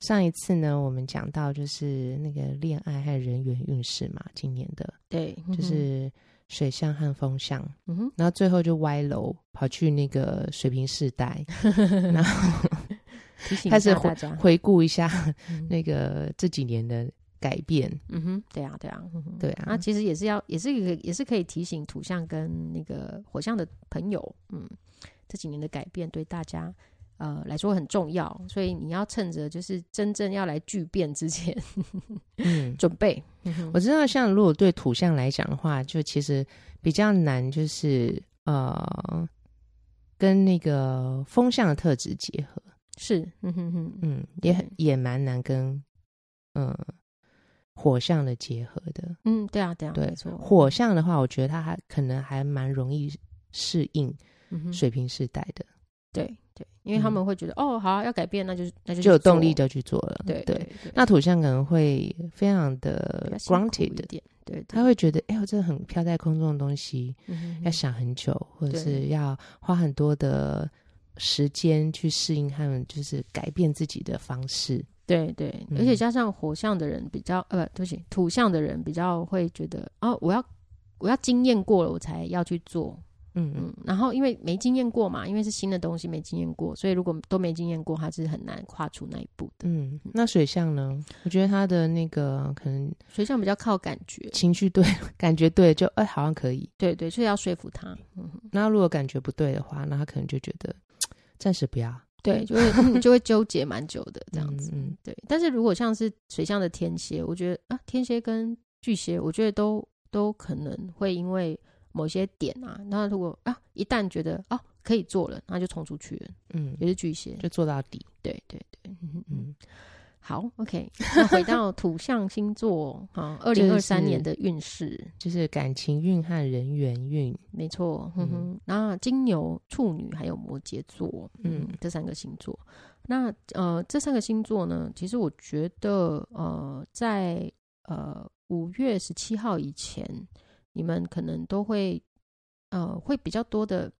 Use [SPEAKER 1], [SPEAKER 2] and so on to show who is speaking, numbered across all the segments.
[SPEAKER 1] 上一次呢，我们讲到就是那个恋爱和人缘运势嘛，今年的
[SPEAKER 2] 对，
[SPEAKER 1] 就是水象和风象，
[SPEAKER 2] 嗯哼，
[SPEAKER 1] 然后最后就歪楼跑去那个水瓶世代， 然后
[SPEAKER 2] 提醒
[SPEAKER 1] 开
[SPEAKER 2] 一
[SPEAKER 1] 始
[SPEAKER 2] 下大家，
[SPEAKER 1] 回顾一下
[SPEAKER 2] 啊嗯
[SPEAKER 1] 那个这几年的改变，
[SPEAKER 2] 嗯哼，对啊，对啊，嗯哼
[SPEAKER 1] 对啊
[SPEAKER 2] 那其实也是要，也是一个，也是可以提醒土象跟那个火象的朋友，嗯，这几年的改变对大家呃来说很重要，所以你要趁着就是真正要来巨变之前
[SPEAKER 1] 嗯，
[SPEAKER 2] 准备。
[SPEAKER 1] 我知道，像如果对土象来讲的话，就其实比较难，就是呃，跟那个风象的特质结合，
[SPEAKER 2] 是，嗯哼哼，
[SPEAKER 1] 嗯，也很
[SPEAKER 2] 对
[SPEAKER 1] 也蛮难跟呃火象的结合的。
[SPEAKER 2] 嗯，对啊，对啊，
[SPEAKER 1] 对
[SPEAKER 2] 没错，
[SPEAKER 1] 火象的话，我觉得它还可能还蛮容易适应
[SPEAKER 2] 嗯哼，
[SPEAKER 1] 水平世代的，
[SPEAKER 2] 对对，因为他们会觉得、哦，好啊、要改变，那就是那就
[SPEAKER 1] 就有动力
[SPEAKER 2] 的，
[SPEAKER 1] 就去做了。
[SPEAKER 2] 对
[SPEAKER 1] 对，
[SPEAKER 2] 对，
[SPEAKER 1] 那土象可能会非常的
[SPEAKER 2] 比较辛苦
[SPEAKER 1] grounded
[SPEAKER 2] 一点，对，对
[SPEAKER 1] 他会哎觉得，哎、呦，这很飘在空中的东西，
[SPEAKER 2] 嗯哼哼
[SPEAKER 1] 要想很久，或者
[SPEAKER 2] 对
[SPEAKER 1] 是要花很多的时间去适应他们，就是改变自己的方式。
[SPEAKER 2] 对对，而且
[SPEAKER 1] 嗯
[SPEAKER 2] 加上火象的人比较，呃，不对不起，土象的人比较会觉得，哦，我要我要经验过了，我才要去做，
[SPEAKER 1] 嗯嗯
[SPEAKER 2] 嗯，然后因为没经验过嘛，因为是新的东西没经验过，所以如果都没经验过，他是很难跨出那一步的。
[SPEAKER 1] 嗯。那水象呢？我觉得他的那个可能
[SPEAKER 2] 水象比较靠感觉，
[SPEAKER 1] 情绪对， 感觉对，就哎、好像可以。
[SPEAKER 2] 对对，所以要说服他，嗯，
[SPEAKER 1] 那如果感觉不对的话，那他可能就觉得嘖暂时不要。
[SPEAKER 2] 对，就会、嗯就会纠结蛮久的这样子，
[SPEAKER 1] 嗯嗯
[SPEAKER 2] 对。但是如果像是水象的天蝎，我觉得啊，天蝎跟巨蟹，我觉得都都可能会因为某些点啊，那如果啊一旦觉得啊可以做了，那就冲出去了，
[SPEAKER 1] 嗯，
[SPEAKER 2] 也是巨蟹，
[SPEAKER 1] 就做到底。
[SPEAKER 2] 对对对，嗯嗯。
[SPEAKER 1] 嗯，
[SPEAKER 2] 好，OK，那回到土象星座啊，二零二三年的运势，
[SPEAKER 1] 就是感情运和人缘运。
[SPEAKER 2] 没错，嗯哼哼。那金牛、处女还有摩羯座，嗯
[SPEAKER 1] 嗯，
[SPEAKER 2] 这三个星座。那呃，这三个星座呢，其实我觉得呃，在呃五月十七号以前，你们可能都会呃会比较多的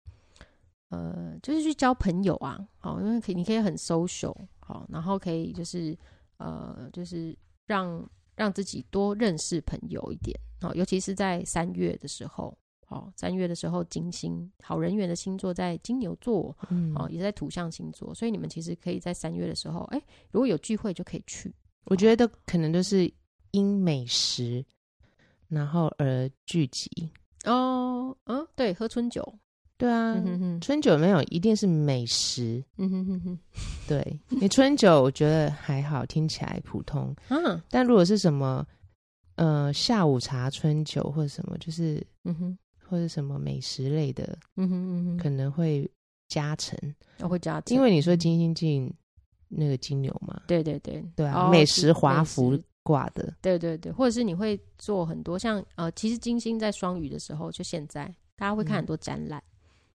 [SPEAKER 2] 呃，就是去交朋友啊，好，因为可以你可以很 social，好，然后可以就是呃，就是让让自己多认识朋友一点，好，尤其是在三月的时候，好，三月的时候，金星好人缘的星座在金牛座，
[SPEAKER 1] 嗯，
[SPEAKER 2] 哦，也在土象星座，所以你们其实可以在三月的时候，哎、如果有聚会就可以去，
[SPEAKER 1] 我觉得可能就是因美食，然后而聚集。
[SPEAKER 2] 哦，嗯，对，喝春酒，
[SPEAKER 1] 对啊，
[SPEAKER 2] 嗯哼哼，
[SPEAKER 1] 春酒没有，一定是美食。
[SPEAKER 2] 嗯哼哼
[SPEAKER 1] 对你春酒，我觉得还好，听起来普通。
[SPEAKER 2] 哼，啊，
[SPEAKER 1] 但如果是什么，呃，下午茶春酒或者什么，就是
[SPEAKER 2] 嗯哼，
[SPEAKER 1] 或者什么美食类的，
[SPEAKER 2] 嗯哼嗯嗯
[SPEAKER 1] 可
[SPEAKER 2] 哼，
[SPEAKER 1] 能会加成。
[SPEAKER 2] 我会加成，
[SPEAKER 1] 因为你说金星进那个金牛嘛，
[SPEAKER 2] 对对对
[SPEAKER 1] 对啊，
[SPEAKER 2] 哦
[SPEAKER 1] 美
[SPEAKER 2] 是
[SPEAKER 1] 食华
[SPEAKER 2] 美食
[SPEAKER 1] 服挂的，
[SPEAKER 2] 对对对，或者是你会做很多像呃，其实金星在双鱼的时候，就现在大家会看很多展览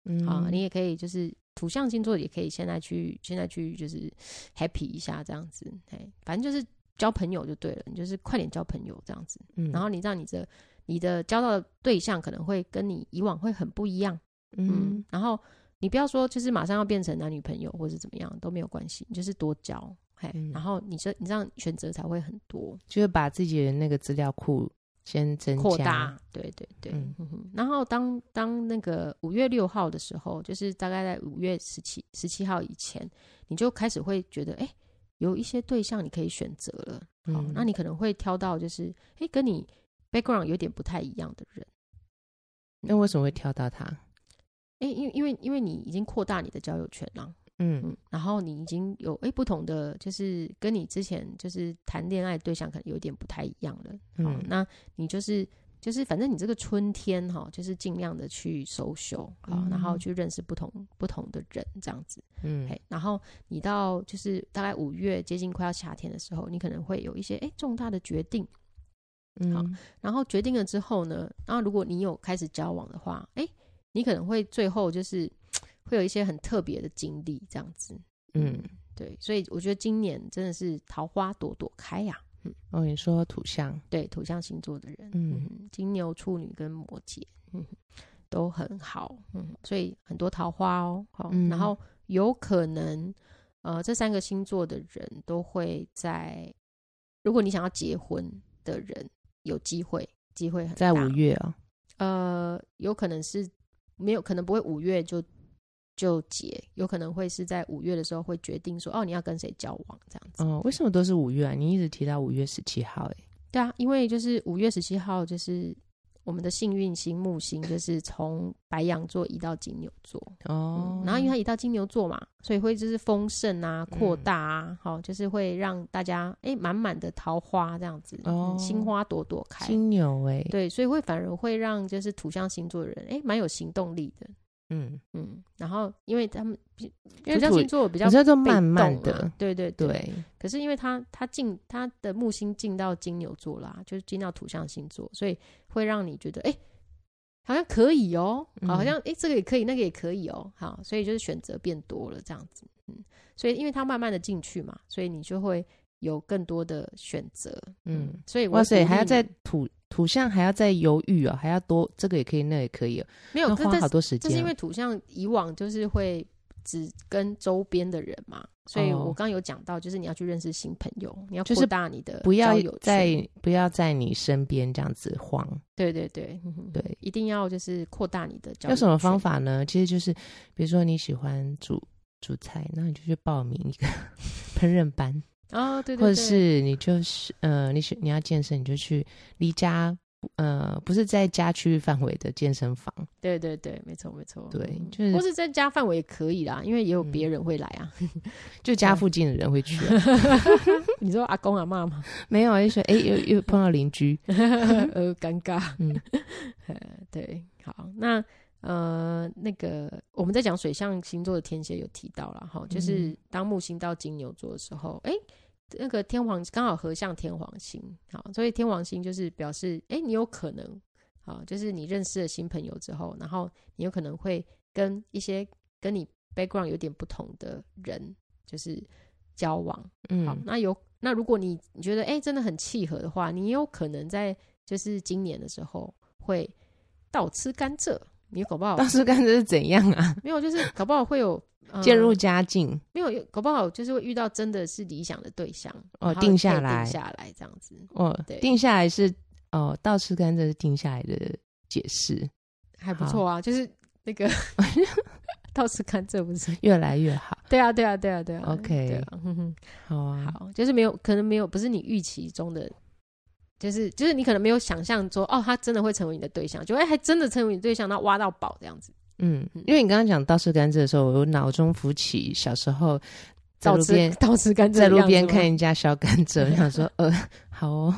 [SPEAKER 1] 嗯
[SPEAKER 2] 啊、你也可以就是土象星座也可以现在去现在去就是 happy 一下这样子，哎，反正就是交朋友就对了，你就是快点交朋友这样子，
[SPEAKER 1] 嗯
[SPEAKER 2] 然后你让你的你的交到的对象可能会跟你以往会很不一样，嗯，然后你不要说就是马上要变成男女朋友或是怎么样都没有关系，你就是多交。嘿，
[SPEAKER 1] 嗯
[SPEAKER 2] 然后你这你这样选择才会很多，
[SPEAKER 1] 就是把自己的那个资料库先增加
[SPEAKER 2] 扩大，对对对。
[SPEAKER 1] 嗯
[SPEAKER 2] 嗯哼然后当当那个五月六号的时候，就是大概在五月十七十七号以前，你就开始会觉得，哎、有一些对象你可以选择了。好，
[SPEAKER 1] 嗯
[SPEAKER 2] 那你可能会挑到就是，哎、跟你 background 有点不太一样的人。
[SPEAKER 1] 那为什么会挑到它？
[SPEAKER 2] 哎、因为因为因为你已经扩大你的交友圈了，
[SPEAKER 1] 嗯
[SPEAKER 2] 嗯，然后你已经有哎、不同的，就是跟你之前就是谈恋爱对象可能有点不太一样了。好，
[SPEAKER 1] 嗯
[SPEAKER 2] 那你就是就是反正你这个春天哈、就是尽量的去收修好，然后
[SPEAKER 1] 嗯
[SPEAKER 2] 去认识不同不同的人这样子。
[SPEAKER 1] 嗯
[SPEAKER 2] 嘿，然后你到就是大概五月接近快要夏天的时候，你可能会有一些哎重大的决定，
[SPEAKER 1] 嗯
[SPEAKER 2] 好然后决定了之后呢，然后如果你有开始交往的话，哎，你可能会最后就是会有一些很特别的经历这样子，
[SPEAKER 1] 嗯，
[SPEAKER 2] 对，所以我觉得今年真的是桃花朵朵开呀、
[SPEAKER 1] 哦，你说土象，
[SPEAKER 2] 对土象星座的人，
[SPEAKER 1] 嗯
[SPEAKER 2] 嗯哼，金牛、处女跟摩羯，嗯哼，都很好，嗯哼，所以很多桃花哦，好、
[SPEAKER 1] 嗯
[SPEAKER 2] 然后有可能，呃，这三个星座的人都会在，如果你想要结婚的人，有机会，机会很
[SPEAKER 1] 在
[SPEAKER 2] 大
[SPEAKER 1] 五，月哦，
[SPEAKER 2] 呃，有可能是没有，可能不会五月就。就结，有可能会是在五月的时候会决定说，哦，你要跟谁交往这样子。
[SPEAKER 1] 哦，为什么都是五月啊？你一直提到五月十七号，哎，
[SPEAKER 2] 对啊，因为就是五月十七号，就是我们的幸运星木星，就是从白羊座移到金牛座。
[SPEAKER 1] 哦嗯
[SPEAKER 2] 嗯，，然后因为它移到金牛座嘛，所以会就是丰盛啊、扩大啊，好、就是会让大家哎满满的桃花这样子，
[SPEAKER 1] 哦
[SPEAKER 2] 嗯心花朵朵开。
[SPEAKER 1] 金牛，哎，
[SPEAKER 2] 对，所以会反而会让就是土象星座的人哎蛮有行动力的，
[SPEAKER 1] 嗯，
[SPEAKER 2] 嗯，然后因为他们
[SPEAKER 1] 因
[SPEAKER 2] 土
[SPEAKER 1] 为
[SPEAKER 2] 象
[SPEAKER 1] 土
[SPEAKER 2] 星座比较
[SPEAKER 1] 有时候都
[SPEAKER 2] 被
[SPEAKER 1] 慢慢
[SPEAKER 2] 动啊
[SPEAKER 1] 的，，
[SPEAKER 2] 对对对
[SPEAKER 1] 对，嗯
[SPEAKER 2] 可是因为他他进他的木星进到金牛座啦，就是进到土象星座，所以会让你觉得哎、诶好像可以哦、
[SPEAKER 1] 嗯
[SPEAKER 2] 好像哎、诶这个也可以，那个也可以哦、好，所以就是选择变多了这样子，嗯，所以因为他慢慢的进去嘛，所以你就会有更多的选择，嗯
[SPEAKER 1] 嗯，
[SPEAKER 2] 所以我
[SPEAKER 1] 哇塞，
[SPEAKER 2] 鼓励
[SPEAKER 1] 还要
[SPEAKER 2] 你
[SPEAKER 1] 在土土象还要再犹豫哦，还要多这个也可以，那也可以哦，
[SPEAKER 2] 没有
[SPEAKER 1] 要
[SPEAKER 2] 这
[SPEAKER 1] 花好
[SPEAKER 2] 这
[SPEAKER 1] 多时
[SPEAKER 2] 这是
[SPEAKER 1] 间
[SPEAKER 2] 因为
[SPEAKER 1] 哦。
[SPEAKER 2] 土象以往就是会只跟周边的人嘛，所以
[SPEAKER 1] 哦
[SPEAKER 2] 我刚有讲到，就是你要去认识新朋友，你要
[SPEAKER 1] 就是
[SPEAKER 2] 扩大你的
[SPEAKER 1] 不要
[SPEAKER 2] 交友圈
[SPEAKER 1] 在不要在你身边这样子晃，
[SPEAKER 2] 对对对，嗯哼
[SPEAKER 1] 对，
[SPEAKER 2] 一定要就是扩大你的交
[SPEAKER 1] 有什么
[SPEAKER 2] 友圈
[SPEAKER 1] 方？法呢？其实就是，比如说你喜欢煮煮菜，那你就去报名一个 烹饪班，
[SPEAKER 2] 哦，对对对，
[SPEAKER 1] 或者是你就是呃，你喜你要健身，你就去离家呃不是在家区域范围的健身房。
[SPEAKER 2] 对对对，没错没错，
[SPEAKER 1] 对
[SPEAKER 2] 嗯
[SPEAKER 1] 就是
[SPEAKER 2] 或是在家范围也可以啦，因为也有
[SPEAKER 1] 嗯
[SPEAKER 2] 别人会来啊。
[SPEAKER 1] 就家附近的人会去啊、
[SPEAKER 2] 你说阿公阿妈吗？
[SPEAKER 1] 没有啊，就说哎、又又碰到邻居，
[SPEAKER 2] 呃，尴尬，
[SPEAKER 1] 嗯
[SPEAKER 2] 呃， 对，好，那呃，那个我们在讲水象星座的天蝎有提到了哈，就是
[SPEAKER 1] 嗯
[SPEAKER 2] 当木星到金牛座的时候，哎、那个天王刚好合向天王星，好，所以天王星就是表示，哎、你有可能，好，就是你认识了新朋友之后，然后你有可能会跟一些跟你 background 有点不同的人，就是交往， 好，
[SPEAKER 1] 嗯
[SPEAKER 2] 那有那如果你你觉得哎、诶真的很契合的话，你有可能在就是今年的时候会倒吃甘蔗，你搞 不好
[SPEAKER 1] 当时看这是怎样啊？
[SPEAKER 2] 没有，就是搞不好会有、呃
[SPEAKER 1] 渐入佳境，
[SPEAKER 2] 没有，有搞不好就是会遇到真的是理想的对象
[SPEAKER 1] 哦
[SPEAKER 2] 然后
[SPEAKER 1] 定
[SPEAKER 2] 可以
[SPEAKER 1] 下来
[SPEAKER 2] 定下来这样子
[SPEAKER 1] 哦
[SPEAKER 2] 对，
[SPEAKER 1] 定下来是哦，倒吃甘蔗是定下来的解释，
[SPEAKER 2] 还不错啊，就是那 个倒吃甘蔗不是？
[SPEAKER 1] 越来越好。
[SPEAKER 2] 对啊，对啊，对啊，对啊
[SPEAKER 1] OK
[SPEAKER 2] 对啊，哼哼
[SPEAKER 1] 好啊，
[SPEAKER 2] 好，就是没有，可能没有，不是你预期中的，就是就是你可能没有想象说，哦，他真的会成为你的对象，就哎、还真的成为你的对象，那挖到宝这样子，
[SPEAKER 1] 嗯，因为你刚刚讲倒吃甘蔗的时候，我脑中浮起小时候在
[SPEAKER 2] 倒
[SPEAKER 1] 路
[SPEAKER 2] 吃
[SPEAKER 1] 边
[SPEAKER 2] 倒吃甘蔗
[SPEAKER 1] 在
[SPEAKER 2] 的
[SPEAKER 1] 路
[SPEAKER 2] 样子
[SPEAKER 1] 边
[SPEAKER 2] 吗
[SPEAKER 1] 看，人家削甘 蔗，我想说呃，好哦，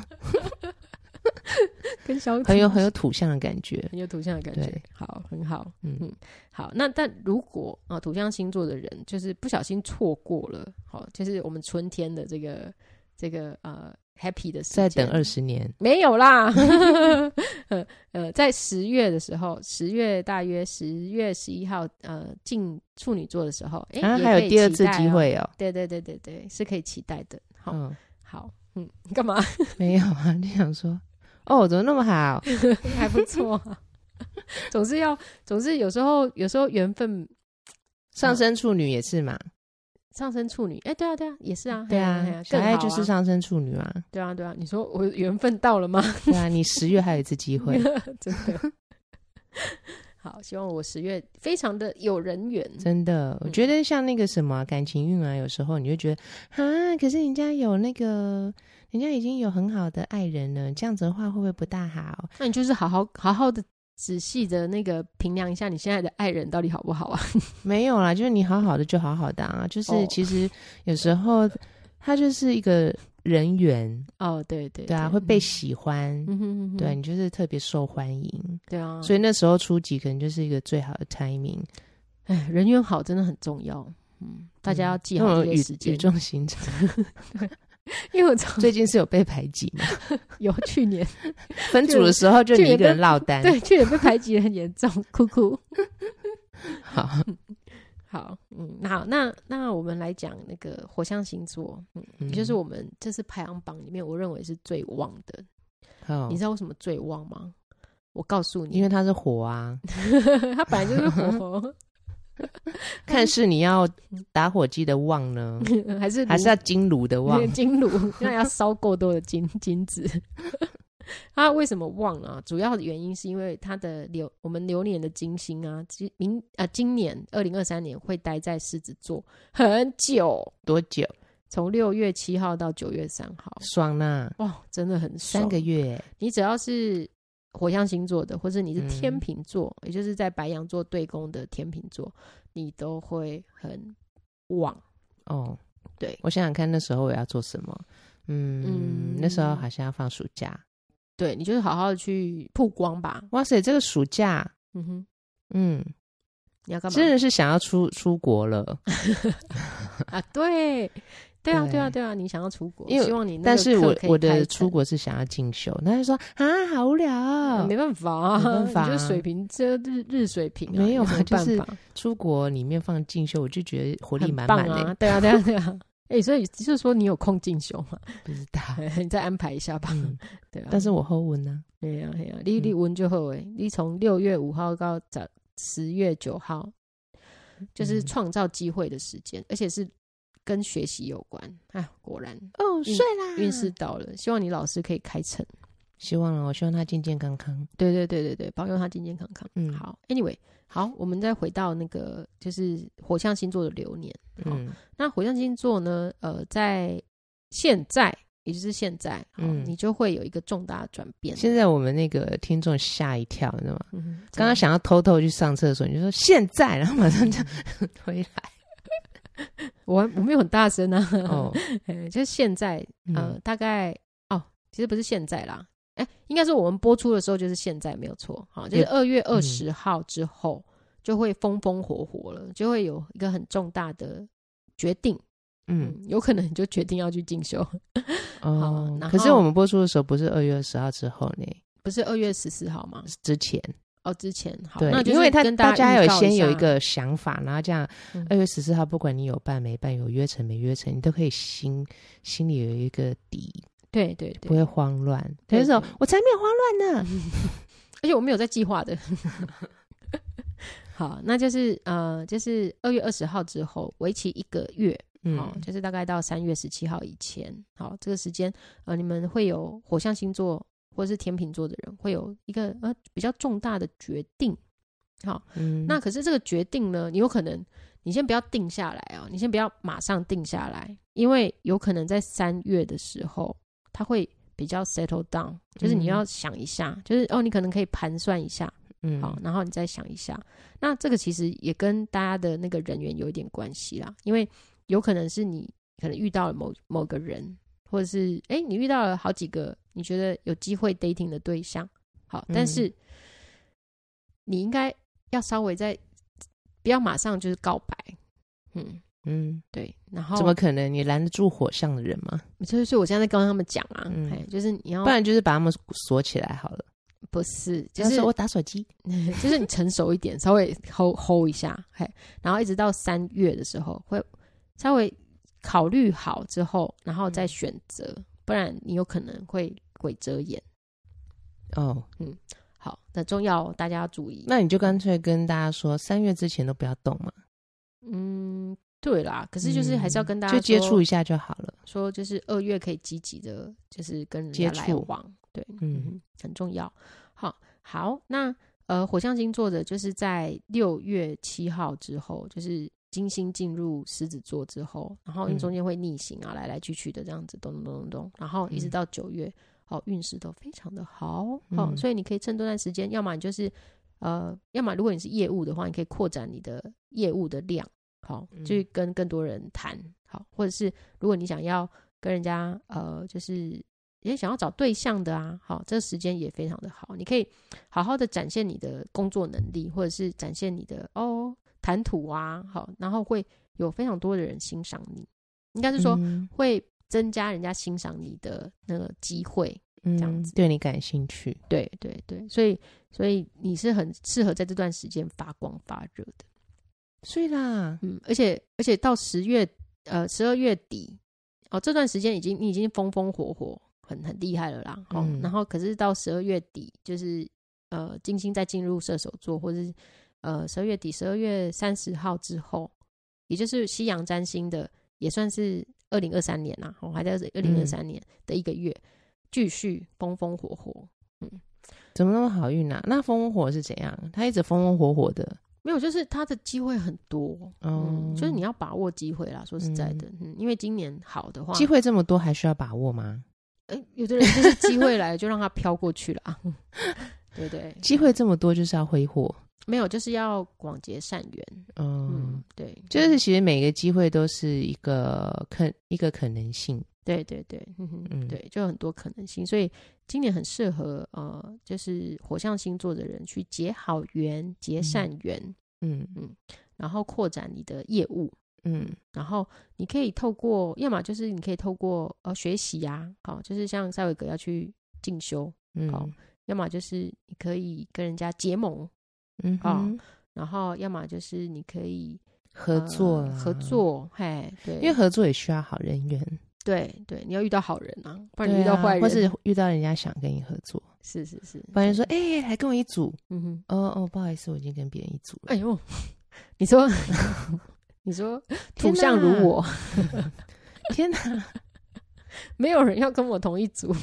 [SPEAKER 2] 跟小
[SPEAKER 1] 很有
[SPEAKER 2] 土
[SPEAKER 1] 很有土象的感觉。
[SPEAKER 2] 很有土象的感觉
[SPEAKER 1] 对，
[SPEAKER 2] 好，很好，
[SPEAKER 1] 嗯
[SPEAKER 2] 嗯，好。那但如果啊、土象星座的人就是不小心错过了，好、就是我们春天的这个这个呃 happy 的时
[SPEAKER 1] 再
[SPEAKER 2] 间，
[SPEAKER 1] 等二十年，
[SPEAKER 2] 没有啦， 呃呃，在十月的时候，十月大约十月十一号，呃，进处女座的时候，哎、
[SPEAKER 1] 啊，
[SPEAKER 2] 也
[SPEAKER 1] 还
[SPEAKER 2] 可
[SPEAKER 1] 有
[SPEAKER 2] 以
[SPEAKER 1] 第二
[SPEAKER 2] 期
[SPEAKER 1] 次
[SPEAKER 2] 待
[SPEAKER 1] 机
[SPEAKER 2] 哦，
[SPEAKER 1] 会哦。
[SPEAKER 2] 对对对对对，是可以期待的。好，
[SPEAKER 1] 嗯，
[SPEAKER 2] 好，嗯， 干嘛？
[SPEAKER 1] 没有啊，就想说哦，怎么那 么好？
[SPEAKER 2] 还不错、啊， 总是要，总是有时候，有时候缘分
[SPEAKER 1] 上升处女也是嘛，
[SPEAKER 2] 上升处女，哎、对啊，对啊，也是啊，
[SPEAKER 1] 对
[SPEAKER 2] 嘿嘿
[SPEAKER 1] 啊，小
[SPEAKER 2] 更
[SPEAKER 1] 爱
[SPEAKER 2] 好
[SPEAKER 1] 就是
[SPEAKER 2] 啊，
[SPEAKER 1] 上升处女啊，
[SPEAKER 2] 对啊，对啊，你说我缘分到了吗？
[SPEAKER 1] 对啊，你十月还有一次机会，
[SPEAKER 2] 真的。好，希望我十月非常的有人缘，
[SPEAKER 1] 真的，我
[SPEAKER 2] 嗯
[SPEAKER 1] 觉得像那个什么啊感情运啊，有时候你就觉得啊，可是人家有那个，人家已经有很好的爱人了，这样子的话会不会不大好？
[SPEAKER 2] 那你就是好好好好的、仔细的那个评量一下你现在的爱人到底好不好啊？
[SPEAKER 1] 没有啦，就是你好好的就好好的啊，就是
[SPEAKER 2] 哦
[SPEAKER 1] 其实有时候它就是一个人缘，
[SPEAKER 2] 哦，对对
[SPEAKER 1] 对啊，会被喜欢，
[SPEAKER 2] 嗯哼哼哼
[SPEAKER 1] 对你就是特别受欢迎，
[SPEAKER 2] 对啊，
[SPEAKER 1] 所以那时候初级可能就是一个最好的 timing，
[SPEAKER 2] 哎，人缘好真的很重要。嗯，大家要记
[SPEAKER 1] 那
[SPEAKER 2] 好
[SPEAKER 1] 种
[SPEAKER 2] 这
[SPEAKER 1] 语
[SPEAKER 2] 些时
[SPEAKER 1] 语
[SPEAKER 2] 间，
[SPEAKER 1] 重心长。
[SPEAKER 2] 因为我从
[SPEAKER 1] 最近是有被排挤嘛？
[SPEAKER 2] 有去 年
[SPEAKER 1] 分组的时候就
[SPEAKER 2] 就
[SPEAKER 1] 你一个人落单，
[SPEAKER 2] 对去年被排挤得很严 重，哭哭。
[SPEAKER 1] 好，
[SPEAKER 2] 好，嗯，那好，那那我们来讲那个火象星座，嗯，
[SPEAKER 1] 嗯
[SPEAKER 2] 也就是我们这次排行榜里面，我认为是最旺的。
[SPEAKER 1] 好
[SPEAKER 2] 你，知道为什么最旺吗？我告诉
[SPEAKER 1] 因
[SPEAKER 2] 你，
[SPEAKER 1] 为他是 火啊，
[SPEAKER 2] 他本来就是 火，
[SPEAKER 1] 看是你要打火机的 旺呢，
[SPEAKER 2] 还是
[SPEAKER 1] 还
[SPEAKER 2] 炉？
[SPEAKER 1] 是要金炉的旺
[SPEAKER 2] 金炉，那要烧够多的金 金子。它为什么旺啊？主要的原因是因为它的流我们流年的金星啊，今明啊今年二零二三年会待在狮子座很久，
[SPEAKER 1] 多久？
[SPEAKER 2] 从六月七号到九月三号，
[SPEAKER 1] 爽呐，
[SPEAKER 2] 哇，真的很爽
[SPEAKER 1] 三个。月，
[SPEAKER 2] 你只要是火象星座的，或是你是天
[SPEAKER 1] 嗯
[SPEAKER 2] 秤座，也就是在白羊座对宫的天秤座，你都会很旺。
[SPEAKER 1] 哦，
[SPEAKER 2] 对
[SPEAKER 1] 我想想看，那时候我要做什么？嗯，
[SPEAKER 2] 嗯
[SPEAKER 1] 那时候好像要放暑假。
[SPEAKER 2] 对你就是好好的去曝光吧。
[SPEAKER 1] 哇塞，这个暑假，
[SPEAKER 2] 嗯哼，
[SPEAKER 1] 嗯，
[SPEAKER 2] 你要干嘛？
[SPEAKER 1] 真的是想要出出国了。
[SPEAKER 2] 啊，对，对啊，对啊，对
[SPEAKER 1] 对
[SPEAKER 2] 啊，你想要出国，
[SPEAKER 1] 因为
[SPEAKER 2] 希望你那
[SPEAKER 1] 但
[SPEAKER 2] 个
[SPEAKER 1] 是
[SPEAKER 2] 课
[SPEAKER 1] 我
[SPEAKER 2] 可以
[SPEAKER 1] 我
[SPEAKER 2] 开
[SPEAKER 1] 的
[SPEAKER 2] 成
[SPEAKER 1] 出国是想要进修，那就说啊，好无聊，
[SPEAKER 2] 没办法啊，
[SPEAKER 1] 没办法
[SPEAKER 2] 你就
[SPEAKER 1] 啊
[SPEAKER 2] 水平这日日水平啊，
[SPEAKER 1] 没有
[SPEAKER 2] 你
[SPEAKER 1] 啊
[SPEAKER 2] 什么
[SPEAKER 1] 就
[SPEAKER 2] 办
[SPEAKER 1] 是
[SPEAKER 2] 法
[SPEAKER 1] 出国里面放进修，我就觉得活力
[SPEAKER 2] 很
[SPEAKER 1] 满
[SPEAKER 2] 棒
[SPEAKER 1] 满的、
[SPEAKER 2] 啊，对啊，对啊，对啊。 哎、所以就是说你有空进修嘛？
[SPEAKER 1] 不知道。
[SPEAKER 2] 你再安排一下吧，
[SPEAKER 1] 嗯，
[SPEAKER 2] 对啊。
[SPEAKER 1] 但是我后文呢、
[SPEAKER 2] 对啊，对啊，你你
[SPEAKER 1] 嗯
[SPEAKER 2] 温就好诶，你从六月五号到早十月九号，就是
[SPEAKER 1] 嗯
[SPEAKER 2] 创造机会的时间，而且是跟学习有关。哎，果然
[SPEAKER 1] 哦，
[SPEAKER 2] 运
[SPEAKER 1] 睡啦，
[SPEAKER 2] 运势到了，希望你老师可以开成。
[SPEAKER 1] 希望了，我希望他健健康康。
[SPEAKER 2] 对对对对对，保佑他健健康康。
[SPEAKER 1] 嗯，，
[SPEAKER 2] 好，Anyway，好，我们再回到那个就是火象星座的流年。好，
[SPEAKER 1] 嗯，
[SPEAKER 2] 那火象星座呢，呃，在现在，也就是现在，好，
[SPEAKER 1] 嗯
[SPEAKER 2] 你就会有一个重大的转变。
[SPEAKER 1] 现在我们那个听众吓一跳，你知道吗？
[SPEAKER 2] 嗯哼
[SPEAKER 1] 刚刚想要偷偷去上厕所，你就说现在，然后马上就 推来。
[SPEAKER 2] 我我没有很大声啊，
[SPEAKER 1] 哦，
[SPEAKER 2] 哎就是现在，呃，
[SPEAKER 1] 嗯
[SPEAKER 2] 大概哦，其实不是现在啦，哎、应该是我们播出的时候就是现在没有错，好，就是
[SPEAKER 1] 也嗯
[SPEAKER 2] 二月二十号之后、就会风风火火了，就会有一个很重大的决定，
[SPEAKER 1] 嗯，
[SPEAKER 2] 嗯，有可能你就决定要去进修，
[SPEAKER 1] 哦
[SPEAKER 2] 然，后
[SPEAKER 1] 可是我们播出的时候不是二月二十号之后呢，
[SPEAKER 2] 不是二月十四号吗？
[SPEAKER 1] 是之前。
[SPEAKER 2] 哦，之前好，
[SPEAKER 1] 对
[SPEAKER 2] 那，就是
[SPEAKER 1] 因为他
[SPEAKER 2] 跟
[SPEAKER 1] 大
[SPEAKER 2] 家
[SPEAKER 1] 家
[SPEAKER 2] 预
[SPEAKER 1] 有
[SPEAKER 2] 告
[SPEAKER 1] 先有
[SPEAKER 2] 下
[SPEAKER 1] 一，个想法，然后这样
[SPEAKER 2] 嗯
[SPEAKER 1] 二月十四号，不管你有办没办，有约成没约成，你都可以心心里有一个底，
[SPEAKER 2] 对对对
[SPEAKER 1] 不，会慌乱。
[SPEAKER 2] 对
[SPEAKER 1] 他就说
[SPEAKER 2] 对：“
[SPEAKER 1] 我才没有慌乱呢。
[SPEAKER 2] 而且我没有在计划 的。好，那就是呃，就是二月二十号之后，为期一个月，”哦，
[SPEAKER 1] 嗯，
[SPEAKER 2] 就是大概到三月十七号以前，好，这个时间，呃，你们会有火象星座或是天秤座的人会有一个呃比较重大的决定。好，
[SPEAKER 1] 嗯
[SPEAKER 2] 那可是这个决定呢，你有可能你先不要定下来哦，你先不要马上定下来，因为有可能在三月的时候，它会比较 settle down，就是你
[SPEAKER 1] 嗯
[SPEAKER 2] 要想一下，就是哦，你可能可以盘算一下，
[SPEAKER 1] 嗯
[SPEAKER 2] 好，然后你再想一下。那这个其实也跟大家的那个人缘有一点关系啦，因为有可能是你可能遇到了某某个人，或者是哎、诶你遇到了好几个你觉得有机会 dating 的对象，好，但
[SPEAKER 1] 嗯
[SPEAKER 2] 是你应该要稍微在不要马上就是告白，嗯，
[SPEAKER 1] 嗯，
[SPEAKER 2] 对，然后
[SPEAKER 1] 怎么可能？你拦得住火象的人吗？
[SPEAKER 2] 所以所以我现在在跟他们讲啊，
[SPEAKER 1] 嗯
[SPEAKER 2] 哎、就是你要
[SPEAKER 1] 不然就是把他们锁起来好了。
[SPEAKER 2] 不是，就
[SPEAKER 1] 就是
[SPEAKER 2] 是
[SPEAKER 1] 我打手机，
[SPEAKER 2] 就是你成熟一点，稍微 hold hold 一下，嘿，然后一直到三月的时候，会稍微考虑好之后，然后
[SPEAKER 1] 嗯
[SPEAKER 2] 再选择，不然你有可能会鬼遮眼。
[SPEAKER 1] 哦，
[SPEAKER 2] 好，那重要哦大家要注意。
[SPEAKER 1] 那你就干脆跟大家说，三月之前都不要动嘛，
[SPEAKER 2] 嗯，对啦，可是就是还是要跟大家
[SPEAKER 1] 嗯就接
[SPEAKER 2] 说
[SPEAKER 1] 触一下就好了。
[SPEAKER 2] 说就是二月可以积极的，就是跟人家
[SPEAKER 1] 接
[SPEAKER 2] 来
[SPEAKER 1] 触
[SPEAKER 2] 往，对，嗯
[SPEAKER 1] 嗯
[SPEAKER 2] 哼，很重要。好，好，那呃，火象星座的就是在六月七号之后，就是金星进入狮子座之后，然后
[SPEAKER 1] 嗯
[SPEAKER 2] 中间会逆行啊，来来去去的这样子，咚咚咚咚咚，然后一直
[SPEAKER 1] 嗯
[SPEAKER 2] 到九月，哦，运势都非常的好，哦，
[SPEAKER 1] 嗯
[SPEAKER 2] 所以你可以趁这段时间，要么你就是呃，要么如果你是业务的话，你可以扩展你的业务的量，好，
[SPEAKER 1] 嗯
[SPEAKER 2] 去跟更多人谈，好，或者是如果你想要跟人家呃，就是也想要找对象的啊，好，这时间也非常的好，你可以好好的展现你的工作能力，或者是展现你的哦谈吐啊，好，然后会有非常多的人欣赏你，应该是说
[SPEAKER 1] 嗯
[SPEAKER 2] 会增加人家欣赏你的那个机会，
[SPEAKER 1] 这
[SPEAKER 2] 样子
[SPEAKER 1] 嗯对你感兴趣，
[SPEAKER 2] 对对对，所以所以你是很适合在这段时间发光发热的。
[SPEAKER 1] 所以啦，
[SPEAKER 2] 嗯，而且而且到十月呃十二月底哦，这段时间已经你已经风风火火，很很厉害了啦。哦，
[SPEAKER 1] 嗯
[SPEAKER 2] 然后可是到十二月底，就是呃金星在进入射手座，或者是呃十二月底十二月三十号之后，也就是西洋占星的，也算是二零二三年啦，哦、还在二零二三年的一个月，继续风风火火。
[SPEAKER 1] 怎么那么好运啊？那风风火火是怎样？他一直风风火火的，
[SPEAKER 2] 没有，就是他的机会很多，嗯，就是
[SPEAKER 1] 哦
[SPEAKER 2] 你要把握机会啦。说实在的，嗯，因为今年好的话，
[SPEAKER 1] 机会这么多，还需要把握吗？
[SPEAKER 2] 哎，有的人就是机会来了就让它飘过去了啊。 对对，
[SPEAKER 1] 机会这么多，就是要挥霍。
[SPEAKER 2] 没有，就是要广结善缘。
[SPEAKER 1] 嗯
[SPEAKER 2] 嗯，，对，
[SPEAKER 1] 就是其实每个机会都是一个可一个可能性。
[SPEAKER 2] 对对对，嗯哼，
[SPEAKER 1] 嗯
[SPEAKER 2] 对，就有很多可能性，所以今年很适合呃，就是火象星座的人去结好缘、结善缘，
[SPEAKER 1] 嗯
[SPEAKER 2] 然后扩展你的业务。
[SPEAKER 1] 嗯
[SPEAKER 2] 然后你可以透过，要么就是你可以透过呃学习呀、好、就是像塞维格要去进修，好
[SPEAKER 1] 嗯
[SPEAKER 2] 要么就是你可以跟人家结盟，
[SPEAKER 1] 嗯哼，
[SPEAKER 2] 然后要么就是你可以
[SPEAKER 1] 合作
[SPEAKER 2] 呃
[SPEAKER 1] 啦
[SPEAKER 2] 合，作，嘿，对，
[SPEAKER 1] 因为合作也需要好人缘，
[SPEAKER 2] 对对，你要遇到好人啊，不然
[SPEAKER 1] 对
[SPEAKER 2] 你遇到
[SPEAKER 1] 啊
[SPEAKER 2] 坏人，
[SPEAKER 1] 或是遇到人家想跟你合作，
[SPEAKER 2] 是是是，
[SPEAKER 1] 不然就说哎，来跟我一组。
[SPEAKER 2] 嗯哼，
[SPEAKER 1] 哦哦，不好意思，我已经跟别人一组了。
[SPEAKER 2] 哎呦，你 说你说土象如我，
[SPEAKER 1] 天哪！
[SPEAKER 2] 没有人要跟我同一组，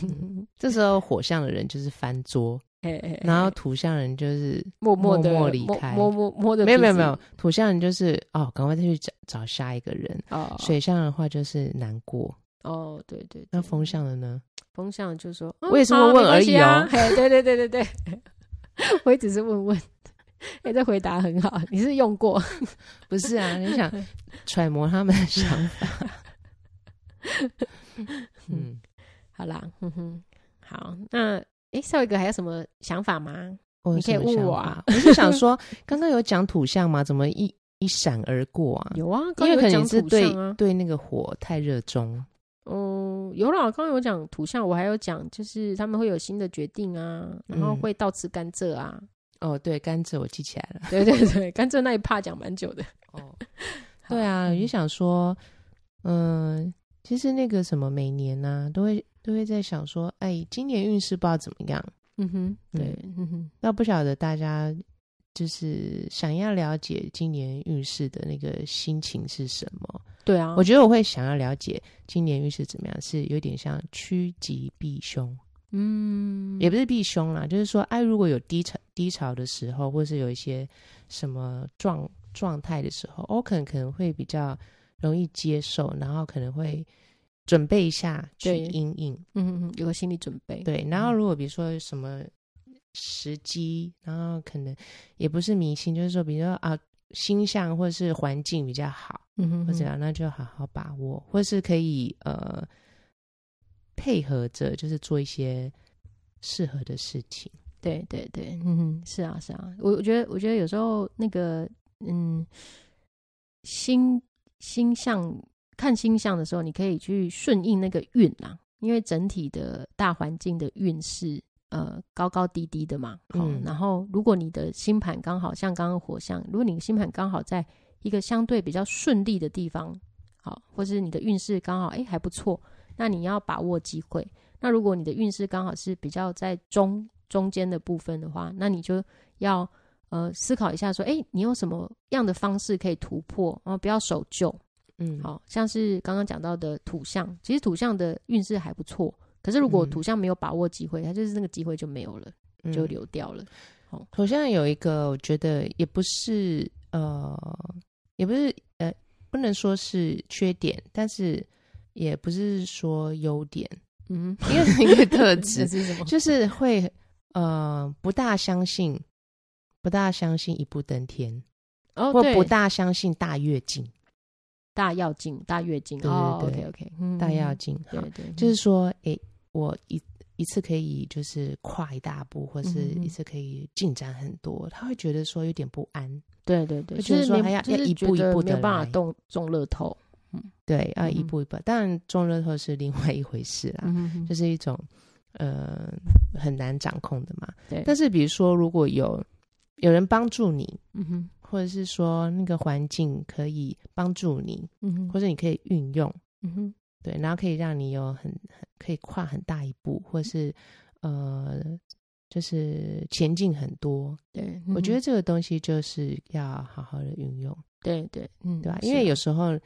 [SPEAKER 1] 这时候火象的人就是翻桌，
[SPEAKER 2] 嘿嘿嘿
[SPEAKER 1] 然后土象人就是
[SPEAKER 2] 默默的
[SPEAKER 1] 默默离开
[SPEAKER 2] 摸摸摸的
[SPEAKER 1] 没有没有没有，土象人就是哦，赶快再去找找下一个人。
[SPEAKER 2] 哦
[SPEAKER 1] 水象的话就是难过，
[SPEAKER 2] 哦，对对，对
[SPEAKER 1] 那风象的呢？
[SPEAKER 2] 风象就说，
[SPEAKER 1] 我也
[SPEAKER 2] 嗯
[SPEAKER 1] 是问
[SPEAKER 2] 好
[SPEAKER 1] 问
[SPEAKER 2] 没关
[SPEAKER 1] 而
[SPEAKER 2] 系
[SPEAKER 1] 已
[SPEAKER 2] 啊
[SPEAKER 1] 哦
[SPEAKER 2] 嘿，对对对对对，我也只是问问。哎、这回答很好，你是用过，
[SPEAKER 1] 不是啊，你 想揣摩他们的想法。 嗯，
[SPEAKER 2] 好啦，哼哼，好，那哎，少一个还有什么想法吗？
[SPEAKER 1] 我有
[SPEAKER 2] 你可以
[SPEAKER 1] 什么
[SPEAKER 2] 问
[SPEAKER 1] 想
[SPEAKER 2] 我
[SPEAKER 1] 法
[SPEAKER 2] 啊
[SPEAKER 1] 我是想说，刚刚有讲土象吗？怎么一一闪而过啊？
[SPEAKER 2] 有啊，刚有
[SPEAKER 1] 因为可能
[SPEAKER 2] 讲
[SPEAKER 1] 你是
[SPEAKER 2] 土
[SPEAKER 1] 对
[SPEAKER 2] 象啊，
[SPEAKER 1] 对那个火太热衷。
[SPEAKER 2] 嗯，有啦，刚刚有讲土象，我还有讲就是他们会有新的决定啊，然后
[SPEAKER 1] 嗯
[SPEAKER 2] 会倒吃甘蔗啊，
[SPEAKER 1] 哦，对，甘蔗我记起来了。
[SPEAKER 2] 对对对，甘蔗那一趴讲蛮久的，
[SPEAKER 1] 哦， 对啊，我就想说，嗯、其实那个什么，每年呢、都会都会在想说，哎，今年运势不知道怎么样。
[SPEAKER 2] 嗯哼，对，嗯哼，
[SPEAKER 1] 那不晓得大家就是想要了解今年运势的那个心情是什么？
[SPEAKER 2] 对啊，
[SPEAKER 1] 我觉得我会想要了解今年运势怎么样，是有点像趋吉避凶，
[SPEAKER 2] 嗯，
[SPEAKER 1] 也不是避凶啦，就是说，哎、如果有低潮低潮的时候，或是有一些什么状状态的时候，我哦可能可能会比较容易接受，然后可能会准备一下去
[SPEAKER 2] 对
[SPEAKER 1] 应应。
[SPEAKER 2] 嗯哼哼有个心理准备，
[SPEAKER 1] 对，然后如果比如说什么时机，然后可能也不是迷信，就是说，比如说啊，星象或者是环境比较好，
[SPEAKER 2] 嗯哼
[SPEAKER 1] 或者
[SPEAKER 2] 哼
[SPEAKER 1] 怎样，那就好好把握，或是可以呃配合着，就是做一些适合的事情。
[SPEAKER 2] 对对对，嗯，是啊是啊，我我觉得我觉得有时候那个嗯，星星象看星象的时候，你可以去顺应那个运啊，因为整体的大环境的运势呃高高低低的嘛，好、
[SPEAKER 1] 嗯
[SPEAKER 2] 然后如果你的星盘刚好像刚刚火象，如果你的星盘刚好在一个相对比较顺利的地方，好，或是你的运势刚好哎还不错，那你要把握机会。那如果你的运势刚好是比较在中中间的部分的话，那你就要呃思考一下说，哎，你有什么样的方式可以突破？然、后不要守旧，
[SPEAKER 1] 嗯，，
[SPEAKER 2] 好像是刚刚讲到的土象，其实土象的运势还不错，可是如果
[SPEAKER 1] 嗯
[SPEAKER 2] 土象没有把握机会，它就是那个机会就没有了，就。流掉了。
[SPEAKER 1] 好像有一个，我觉得也不是呃，也不是呃，不能说是缺点，但是也不是说优点。
[SPEAKER 2] 嗯，
[SPEAKER 1] 因为一个特
[SPEAKER 2] 这
[SPEAKER 1] 质，
[SPEAKER 2] 是什么？
[SPEAKER 1] 就是会呃不大相信，不大相信一步登天，
[SPEAKER 2] 哦，
[SPEAKER 1] 或
[SPEAKER 2] 对
[SPEAKER 1] 不大相信大跃进。
[SPEAKER 2] 大跃进，大跃进。
[SPEAKER 1] 对对
[SPEAKER 2] 哦
[SPEAKER 1] 对
[SPEAKER 2] ，OK OK，嗯，
[SPEAKER 1] 大跃进，
[SPEAKER 2] 对
[SPEAKER 1] 好
[SPEAKER 2] 对，
[SPEAKER 1] 就是说，诶、我一一次可以就是跨一大步，或是
[SPEAKER 2] 嗯嗯嗯
[SPEAKER 1] 一次可以进展很多，他会觉得说有点不安，
[SPEAKER 2] 对对对，
[SPEAKER 1] 会觉得
[SPEAKER 2] 就是
[SPEAKER 1] 说
[SPEAKER 2] 你
[SPEAKER 1] 还要
[SPEAKER 2] 就是
[SPEAKER 1] 要一
[SPEAKER 2] 觉
[SPEAKER 1] 步一
[SPEAKER 2] 得
[SPEAKER 1] 步
[SPEAKER 2] 没有
[SPEAKER 1] 地
[SPEAKER 2] 办
[SPEAKER 1] 来
[SPEAKER 2] 法动中乐透，
[SPEAKER 1] 对，要一
[SPEAKER 2] 嗯
[SPEAKER 1] 步一步。当然，中乐透是另外一回事啦，
[SPEAKER 2] 嗯
[SPEAKER 1] 啊就是一种呃很难掌控的嘛。
[SPEAKER 2] 对，
[SPEAKER 1] 但
[SPEAKER 2] 是
[SPEAKER 1] 是比如说，如果有有人帮助你，
[SPEAKER 2] 嗯哼
[SPEAKER 1] 或者是说那个环境可以帮助你，
[SPEAKER 2] 嗯哼
[SPEAKER 1] 或者你可以运用，
[SPEAKER 2] 嗯哼
[SPEAKER 1] 对，然后可以让你有很很可以跨很大一步，或是呃，就是前进很多。
[SPEAKER 2] 对，
[SPEAKER 1] 我觉得
[SPEAKER 2] 嗯
[SPEAKER 1] 这个东西就是要好好的运用，
[SPEAKER 2] 对对嗯
[SPEAKER 1] 对吧？
[SPEAKER 2] 是
[SPEAKER 1] 因为
[SPEAKER 2] 啊
[SPEAKER 1] 有时候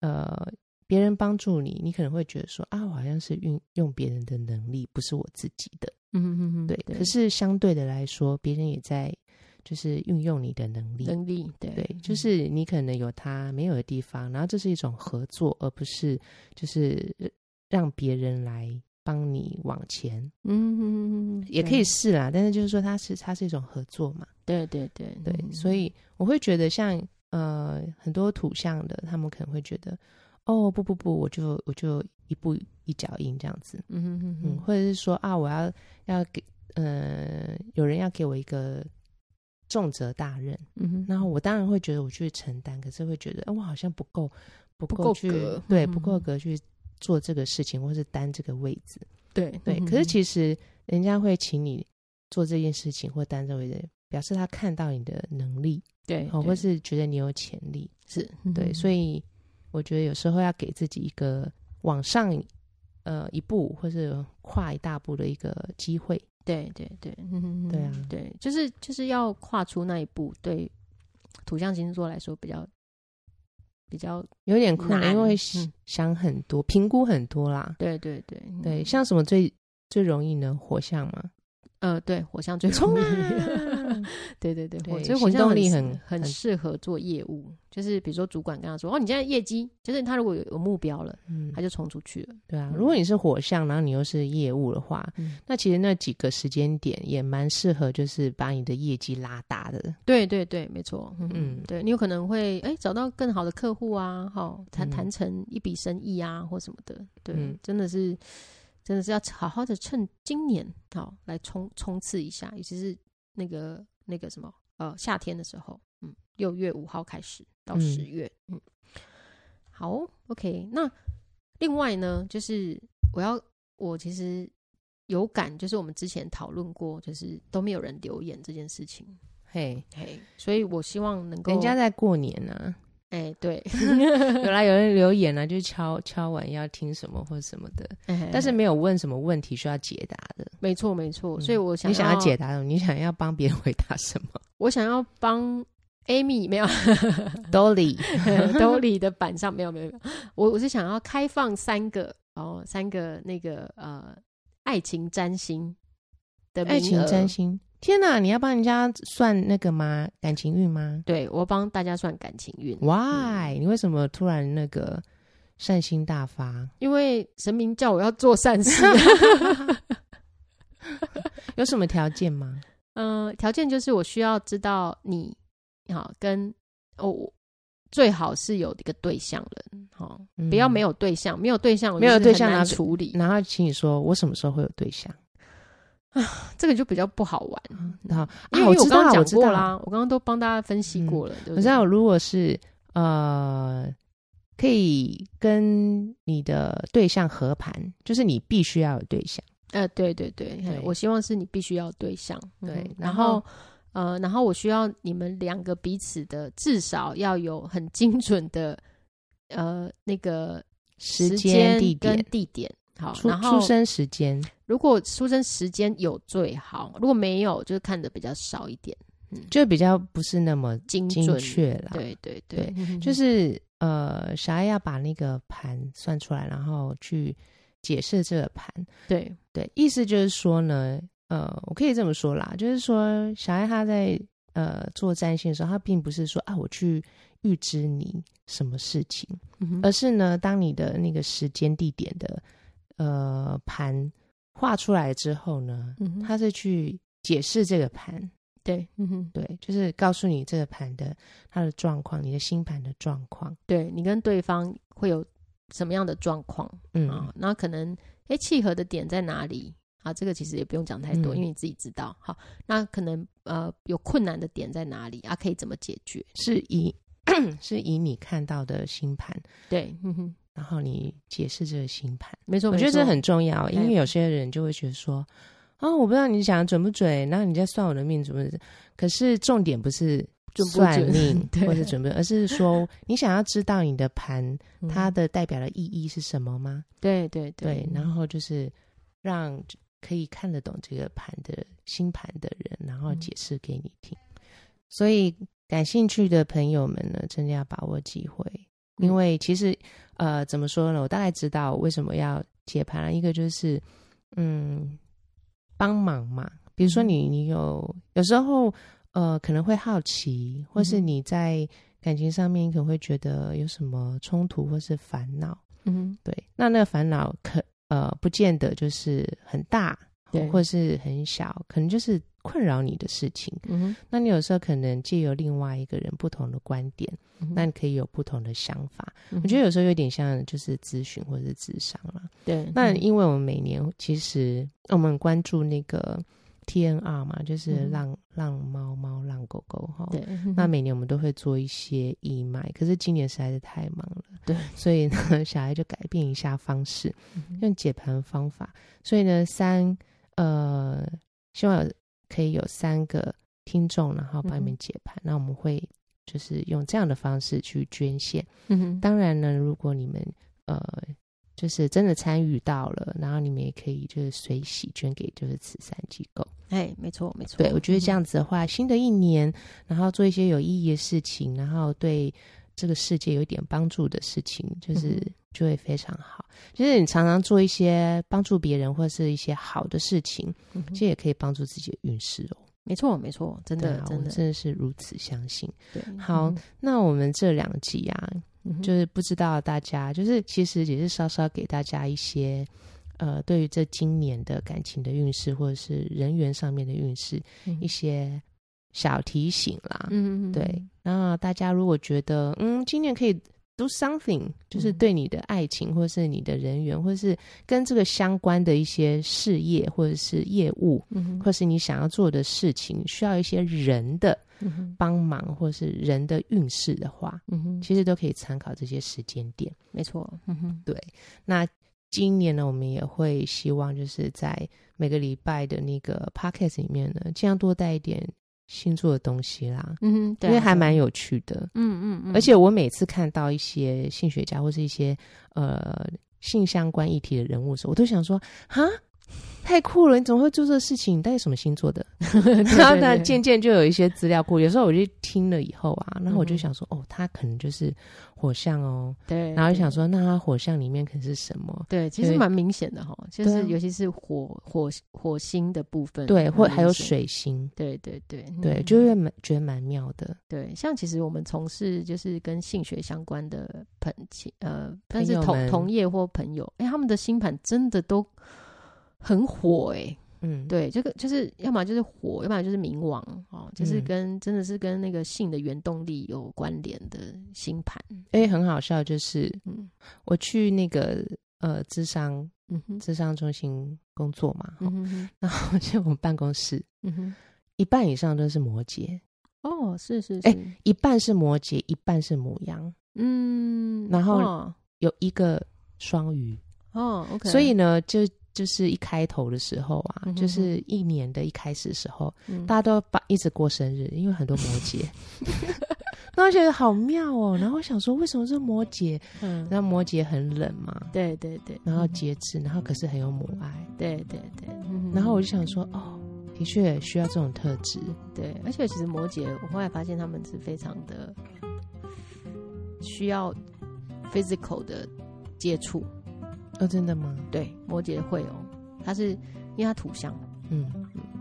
[SPEAKER 1] 呃，别人帮助你，你可能会觉得说啊，我好像是运用别人的能力，不是我自己的。
[SPEAKER 2] 嗯哼嗯哼
[SPEAKER 1] 对，可是相对的来说，别人也在就是运用你的能力。
[SPEAKER 2] 能力对
[SPEAKER 1] 对，就
[SPEAKER 2] 嗯
[SPEAKER 1] 是你可能有他没有的地方，然后这是一种合作，而不是就是呃让别人来帮你往前，
[SPEAKER 2] 嗯哼嗯哼
[SPEAKER 1] 也可以是啦。但是就是说，它是它是一种合作嘛，
[SPEAKER 2] 对对对
[SPEAKER 1] 对。
[SPEAKER 2] 嗯
[SPEAKER 1] 所以我会觉得像呃很多土象的，他们可能会觉得，哦不不不，我就我就一步一脚印这样子，
[SPEAKER 2] 嗯哼嗯
[SPEAKER 1] 嗯，
[SPEAKER 2] 哼
[SPEAKER 1] 或者是说啊，我要要给呃有人要给我一个重责大任。
[SPEAKER 2] 嗯哼
[SPEAKER 1] 然后我当然会觉得我去承担，可是会觉得，哎、我好像不够，不
[SPEAKER 2] 不
[SPEAKER 1] 够
[SPEAKER 2] 够
[SPEAKER 1] 去
[SPEAKER 2] 格
[SPEAKER 1] 对，
[SPEAKER 2] 嗯
[SPEAKER 1] 不够格去做这个事情，或是担这个位置。
[SPEAKER 2] 对嗯
[SPEAKER 1] 对，可是其实人家会请你做这件事情或担这位置，表示他看到你的能力，
[SPEAKER 2] 对，对
[SPEAKER 1] 哦，
[SPEAKER 2] 嗯
[SPEAKER 1] 或是觉得你有潜力。
[SPEAKER 2] 是
[SPEAKER 1] 对，所
[SPEAKER 2] 以
[SPEAKER 1] 以我觉得有时候要给自己一个往上呃一步，或是跨一大步的一个机会。
[SPEAKER 2] 对对对，嗯哼
[SPEAKER 1] 对啊
[SPEAKER 2] 嗯哼对，就是就是要跨出那一步，对土象星座来说比较比较
[SPEAKER 1] 有点困难，因为
[SPEAKER 2] 难
[SPEAKER 1] 会
[SPEAKER 2] 嗯
[SPEAKER 1] 想很多，评估很多啦。
[SPEAKER 2] 对对对嗯
[SPEAKER 1] 对，像什么最最容易呢？火象 嘛，
[SPEAKER 2] 呃对火象最
[SPEAKER 1] 冲
[SPEAKER 2] 容易。
[SPEAKER 1] 啊！
[SPEAKER 2] 对对对，我
[SPEAKER 1] 对
[SPEAKER 2] 所以火
[SPEAKER 1] 行
[SPEAKER 2] 象
[SPEAKER 1] 动力
[SPEAKER 2] 适
[SPEAKER 1] 很
[SPEAKER 2] 很
[SPEAKER 1] 很
[SPEAKER 2] 适合做业务，就是比如说主管跟他说：“哦，你现在业绩，就是他如果有有目标了，
[SPEAKER 1] 嗯
[SPEAKER 2] 他，就冲出去了。
[SPEAKER 1] 对啊。
[SPEAKER 2] 嗯
[SPEAKER 1] 如果你是火象，然后你又是业务的话，
[SPEAKER 2] 嗯
[SPEAKER 1] 那其实那几个时间点也蛮适合，就是把你的业绩拉大的。”
[SPEAKER 2] 对对对，没错，嗯
[SPEAKER 1] 嗯，
[SPEAKER 2] 对你有可能会哎找到更好的客户啊，好谈
[SPEAKER 1] 嗯
[SPEAKER 2] 谈成一笔生意啊或什么的，对
[SPEAKER 1] 嗯，
[SPEAKER 2] 真的是真的是要好好的趁今年好来冲冲刺一下，尤其是那个那个什么呃夏天的时候，嗯，六月五号开始到
[SPEAKER 1] 嗯
[SPEAKER 2] 十月，嗯，好，OK，那哦另外呢，就是我要我其实有感，就是我们之前讨论过，就是都没有人留言这件事情。
[SPEAKER 1] 嘿，
[SPEAKER 2] 嘿，所以我希望能够
[SPEAKER 1] 人家在过年呢、
[SPEAKER 2] 哎、对，
[SPEAKER 1] 有来有人留言呢、就是敲敲完要听什么或什么的， 但
[SPEAKER 2] 但
[SPEAKER 1] 是没有问什么问题需要解答的。
[SPEAKER 2] 没错没错，所以我想
[SPEAKER 1] 嗯你想要
[SPEAKER 2] 要
[SPEAKER 1] 解，答什么？你想要帮别人回答什么？
[SPEAKER 2] 我想要 帮 Amy 没有
[SPEAKER 1] 都理。
[SPEAKER 2] 兜里的板上没有没有没有，我我是想要开放三个哦，三个那个呃爱情占星的名额
[SPEAKER 1] 爱情占，星。天哪，你要帮人家算那个吗？感情运吗
[SPEAKER 2] 对我帮大家算感情运，嗯
[SPEAKER 1] ？Why？、你为什么突然那个善心大发？
[SPEAKER 2] 因为神明叫我要做善 事，
[SPEAKER 1] 有什么条件吗？
[SPEAKER 2] 嗯、条件就是我需要知道你好跟哦。我最好是有一个对象人，好、
[SPEAKER 1] 嗯
[SPEAKER 2] 不要没有对象，没有对象，
[SPEAKER 1] 没有对象啊
[SPEAKER 2] 来
[SPEAKER 1] 拿
[SPEAKER 2] 处理，
[SPEAKER 1] 然后请你说，我什么时候会有对象？
[SPEAKER 2] 这个就比较不好玩。
[SPEAKER 1] 然后啊，
[SPEAKER 2] 嗯因为
[SPEAKER 1] 我
[SPEAKER 2] 因为我
[SPEAKER 1] 知
[SPEAKER 2] 刚
[SPEAKER 1] 道，
[SPEAKER 2] 刚
[SPEAKER 1] 我
[SPEAKER 2] 讲
[SPEAKER 1] 知
[SPEAKER 2] 过
[SPEAKER 1] 道，嗯
[SPEAKER 2] 啦，我刚刚都帮大家分析过了，对不
[SPEAKER 1] 我
[SPEAKER 2] 对
[SPEAKER 1] 知道，如果是呃，可以跟你的对象合盘，就是你必须要有对象。
[SPEAKER 2] 呃，对对对，嘿
[SPEAKER 1] 对
[SPEAKER 2] 我希望是你必须要有对象，嗯
[SPEAKER 1] 对
[SPEAKER 2] 然
[SPEAKER 1] 然
[SPEAKER 2] 后
[SPEAKER 1] 后。
[SPEAKER 2] 呃，然后我需要你们两个彼此的至少要有很精准的，呃，那个
[SPEAKER 1] 时
[SPEAKER 2] 间
[SPEAKER 1] 间、地
[SPEAKER 2] 跟
[SPEAKER 1] 点、
[SPEAKER 2] 地点。好，
[SPEAKER 1] 出
[SPEAKER 2] 然后
[SPEAKER 1] 出生时间，
[SPEAKER 2] 如果出生时间有最好，如果没有，就是看的比较少一点，
[SPEAKER 1] 就比较不是那么
[SPEAKER 2] 精准。
[SPEAKER 1] 精确啦。
[SPEAKER 2] 对对
[SPEAKER 1] 对
[SPEAKER 2] 对，嗯
[SPEAKER 1] 就是呃，小爱要把那个盘算出来，然后去解释这个盘。
[SPEAKER 2] 对，
[SPEAKER 1] 对，意思就是说呢，呃，我可以这么说啦，就是说小爱她在呃做占星的时候，她并不是说啊我去预知你什么事情，
[SPEAKER 2] 嗯
[SPEAKER 1] 而是呢，当你的那个时间地点的呃盘画出来之后呢，
[SPEAKER 2] 嗯哼
[SPEAKER 1] 她是去解释这个盘。
[SPEAKER 2] 对，嗯哼，
[SPEAKER 1] 对，就是告诉你这个盘的它的状况，你的星盘的状况，
[SPEAKER 2] 对你跟对方会有什么样的状况
[SPEAKER 1] 嗯，
[SPEAKER 2] 啊？那可能诶契合的点在哪里啊？这个其实也不用讲太多，
[SPEAKER 1] 嗯
[SPEAKER 2] 因为你自己知道。好，那可能呃有困难的点在哪里啊？可以怎么解决？
[SPEAKER 1] 是以 是以你看到的星盘，
[SPEAKER 2] 对，嗯哼，
[SPEAKER 1] 然后你解释这个星盘，
[SPEAKER 2] 没错，
[SPEAKER 1] 我觉得
[SPEAKER 2] 没
[SPEAKER 1] 这
[SPEAKER 2] 错
[SPEAKER 1] 很重要，
[SPEAKER 2] 哎
[SPEAKER 1] 因为有些人就会觉得说，啊、我不知道你讲的准不准，然后你在算我的命准不准，可是重点不是。
[SPEAKER 2] 准不准
[SPEAKER 1] 算 命
[SPEAKER 2] 对
[SPEAKER 1] 或者准备，而是说你想要知道你的盘
[SPEAKER 2] 嗯
[SPEAKER 1] 它的代表的意义是什么吗？
[SPEAKER 2] 对对
[SPEAKER 1] 对，然
[SPEAKER 2] 后
[SPEAKER 1] 后就是让可以看得懂这个盘的星盘的人，然后
[SPEAKER 2] 嗯
[SPEAKER 1] 解释给你听。所以感兴趣的朋友们呢，真的要把握机会，因
[SPEAKER 2] 嗯
[SPEAKER 1] 为其实呃，怎么说呢？我大概知道为什么要解盘啊了，一个就是嗯，帮忙嘛。比如说
[SPEAKER 2] 嗯
[SPEAKER 1] 你，你有有时候呃，可能会好奇，或是
[SPEAKER 2] 嗯哼
[SPEAKER 1] 你在感情上面可能会觉得有什么冲突或是烦恼，
[SPEAKER 2] 嗯哼，
[SPEAKER 1] 对，那那个烦恼可呃不见得就是很大，
[SPEAKER 2] 对
[SPEAKER 1] 或是很小，可能就是困扰你的事情。
[SPEAKER 2] 嗯哼，
[SPEAKER 1] 那你有时候可能借由另外一个人不同的观点，
[SPEAKER 2] 嗯哼
[SPEAKER 1] 那你可以有不同的想法。
[SPEAKER 2] 嗯哼
[SPEAKER 1] 我觉得有时候有点像就是咨询或者是智商啦。
[SPEAKER 2] 对，
[SPEAKER 1] 那
[SPEAKER 2] 嗯
[SPEAKER 1] 因为我们每年其实我们很关注那个 TNR 嘛，就是
[SPEAKER 2] 嗯
[SPEAKER 1] 浪、浪猫猫、浪狗狗哈。
[SPEAKER 2] 对，嗯
[SPEAKER 1] 那每年我们都会做一些义卖，可是今年实在是太忙了，
[SPEAKER 2] 对，
[SPEAKER 1] 所以呢， 小孩就改变一下方式，
[SPEAKER 2] 嗯
[SPEAKER 1] 用解盘方法。所以呢，三呃，希望有可以有三个听众，然后帮你
[SPEAKER 2] 嗯
[SPEAKER 1] 们解盘。那我们会就是用这样的方式去捐献。
[SPEAKER 2] 嗯哼，
[SPEAKER 1] 当然呢，如果你们呃就是真的参与到了，然后你们也可以就是随喜捐给就是慈善机构。
[SPEAKER 2] 哎，没错没错，
[SPEAKER 1] 对，我觉得这
[SPEAKER 2] 嗯
[SPEAKER 1] 样子的话，新的一年，然后做一些有意义的事情，然后对这个世界有一点帮助的事情，就是、
[SPEAKER 2] 嗯哼
[SPEAKER 1] 就会非常好。就是你常常做一些帮助别人或是一些好的事情，
[SPEAKER 2] 嗯哼
[SPEAKER 1] 其实也可以帮助自己的运势哦。
[SPEAKER 2] 没错没错，真
[SPEAKER 1] 对
[SPEAKER 2] 的
[SPEAKER 1] 啊
[SPEAKER 2] 真
[SPEAKER 1] 我
[SPEAKER 2] 的
[SPEAKER 1] 真的是如此相信。
[SPEAKER 2] 对，
[SPEAKER 1] 好
[SPEAKER 2] 嗯
[SPEAKER 1] 那我们这两集啊，
[SPEAKER 2] 嗯哼
[SPEAKER 1] 就是不知道大家，就是其实也是稍稍给大家一些，呃，对于这今年的感情的运势或者是人缘上面的运势
[SPEAKER 2] 嗯
[SPEAKER 1] 一些小提醒啦。
[SPEAKER 2] 嗯嗯嗯
[SPEAKER 1] 对，那大家如果觉得，嗯，今年可以 do something，就是
[SPEAKER 2] 嗯
[SPEAKER 1] 对你的爱情或是你的人缘，或是跟这个相关的一些事业或者是业务，
[SPEAKER 2] 嗯哼
[SPEAKER 1] 或是你想要做的事情，需要一些人的
[SPEAKER 2] 嗯哼
[SPEAKER 1] 帮忙或是人的运势的话，
[SPEAKER 2] 嗯哼，
[SPEAKER 1] 其实都可以参考这些时间点。
[SPEAKER 2] 没错，嗯哼，
[SPEAKER 1] 对，那今年呢，我们也会希望就是在每个礼拜的那个 podcast 里面呢，尽量多带一点星座的东西啦，
[SPEAKER 2] 嗯哼，对啊
[SPEAKER 1] 因为还，
[SPEAKER 2] 对啊
[SPEAKER 1] 蛮有趣的。
[SPEAKER 2] 嗯嗯嗯，
[SPEAKER 1] 而且我每次看到一些性学家或是一些呃性相关议题的人物的时候，我都想说，哈，太酷了！你怎么会做这个事情？你到底什么星座的？ 然后呢，渐渐就有一些资料库。有时候我就听了以后啊，然后我就
[SPEAKER 2] 嗯哼
[SPEAKER 1] 想说，哦，他可能就是火象哦，
[SPEAKER 2] 对，
[SPEAKER 1] 然后就
[SPEAKER 2] 对
[SPEAKER 1] 想。说，那它火象里面可能是什么？
[SPEAKER 2] 对，其实
[SPEAKER 1] 对
[SPEAKER 2] 蛮明显的哈，就
[SPEAKER 1] 对啊
[SPEAKER 2] 是尤其是火火火星的部分，
[SPEAKER 1] 对，或
[SPEAKER 2] 很
[SPEAKER 1] 还有
[SPEAKER 2] 明显，
[SPEAKER 1] 水星，
[SPEAKER 2] 对对对
[SPEAKER 1] 对，
[SPEAKER 2] 嗯
[SPEAKER 1] 就会蛮觉得蛮妙的。
[SPEAKER 2] 对，像其实我们从事就是跟性学相关的朋亲呃，但
[SPEAKER 1] 朋
[SPEAKER 2] 是
[SPEAKER 1] 友
[SPEAKER 2] 同
[SPEAKER 1] 们
[SPEAKER 2] 同业或朋友，哎、他们的星盘真的都很火哎、
[SPEAKER 1] 嗯，，
[SPEAKER 2] 对，这个就是要么就是火，要么就是冥王哦，就是
[SPEAKER 1] 嗯
[SPEAKER 2] 跟、真的是跟那个性的原动力有关联的星盘，
[SPEAKER 1] 而且很好笑，就是
[SPEAKER 2] 嗯
[SPEAKER 1] 我去那个呃智商
[SPEAKER 2] 嗯哼，
[SPEAKER 1] 智商中心工作嘛，
[SPEAKER 2] 嗯哼哼
[SPEAKER 1] 然后 就我们办公室
[SPEAKER 2] 嗯哼，
[SPEAKER 1] 一半以上都是摩羯，
[SPEAKER 2] 哦，是是是，
[SPEAKER 1] 哎一半是摩羯，一半是母羊，
[SPEAKER 2] 嗯，
[SPEAKER 1] 然后
[SPEAKER 2] 哦
[SPEAKER 1] 有一个双鱼。
[SPEAKER 2] 哦，OK，
[SPEAKER 1] 所以呢，就就是一开头的时候啊，
[SPEAKER 2] 嗯哼哼
[SPEAKER 1] 就是一年的一开始的时候，
[SPEAKER 2] 嗯
[SPEAKER 1] 大家都把一直过生日，因为很多摩羯。 那我觉得好妙哦，然后我想说为什么是摩羯？
[SPEAKER 2] 嗯，
[SPEAKER 1] 那摩羯很冷嘛，
[SPEAKER 2] 对对对，
[SPEAKER 1] 然后
[SPEAKER 2] 嗯
[SPEAKER 1] 节制，然后可是很有母爱，
[SPEAKER 2] 对对对，嗯
[SPEAKER 1] 然后我
[SPEAKER 2] 哼
[SPEAKER 1] 就想说哦，的确需要这种特质，
[SPEAKER 2] 对，而且其实摩羯，我后来发现他们是非常的需要 physical 的接触。
[SPEAKER 1] 哦，真的吗？
[SPEAKER 2] 对，摩羯会哦，他是因为他土象，
[SPEAKER 1] 嗯，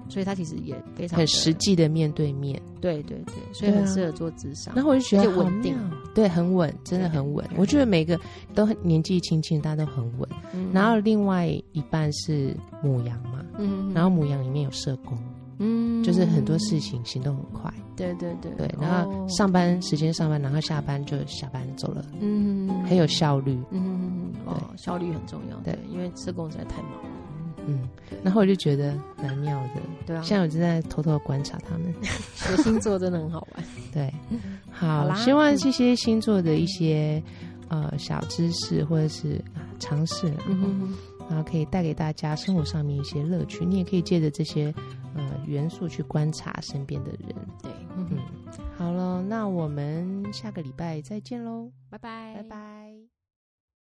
[SPEAKER 2] 所以他其实也非常
[SPEAKER 1] 很
[SPEAKER 2] 的
[SPEAKER 1] 实。际的面对面，
[SPEAKER 2] 对对对，所以
[SPEAKER 1] 对啊
[SPEAKER 2] 很适合做智商。
[SPEAKER 1] 然后我就觉
[SPEAKER 2] 而
[SPEAKER 1] 得
[SPEAKER 2] 且
[SPEAKER 1] 好
[SPEAKER 2] 稳定
[SPEAKER 1] 妙，对，很稳，真的很稳。我觉得每个都很年纪轻轻，大家都很稳。
[SPEAKER 2] 嗯
[SPEAKER 1] 然后另外一半是母羊嘛，
[SPEAKER 2] 嗯，
[SPEAKER 1] 然后母羊里面有社工，
[SPEAKER 2] 嗯，
[SPEAKER 1] 就是很多事情行动很快，
[SPEAKER 2] 对对对
[SPEAKER 1] 对，然后
[SPEAKER 2] 哦
[SPEAKER 1] 上班时间上班，然后下班就下班走了，
[SPEAKER 2] 嗯
[SPEAKER 1] 很有效率，
[SPEAKER 2] 嗯哦，效率很重要，
[SPEAKER 1] 对
[SPEAKER 2] 对，因为社工实在太忙了，
[SPEAKER 1] 嗯，然后我就觉得蛮妙的，
[SPEAKER 2] 对啊，
[SPEAKER 1] 现在我正在偷偷地观察他 们，
[SPEAKER 2] 学星座真的很好玩，
[SPEAKER 1] 对，
[SPEAKER 2] 好
[SPEAKER 1] 好，
[SPEAKER 2] 啦
[SPEAKER 1] 希望这些星座的一些呃小知识或者是啊尝试啦，
[SPEAKER 2] 嗯哼，
[SPEAKER 1] 然后可以带给大家生活上面一些乐趣，你也可以借着这些呃元素去观察身边的人。
[SPEAKER 2] 对，嗯
[SPEAKER 1] 嗯，好了，那我们下个礼拜再见喽，
[SPEAKER 2] 拜拜，
[SPEAKER 1] 拜拜。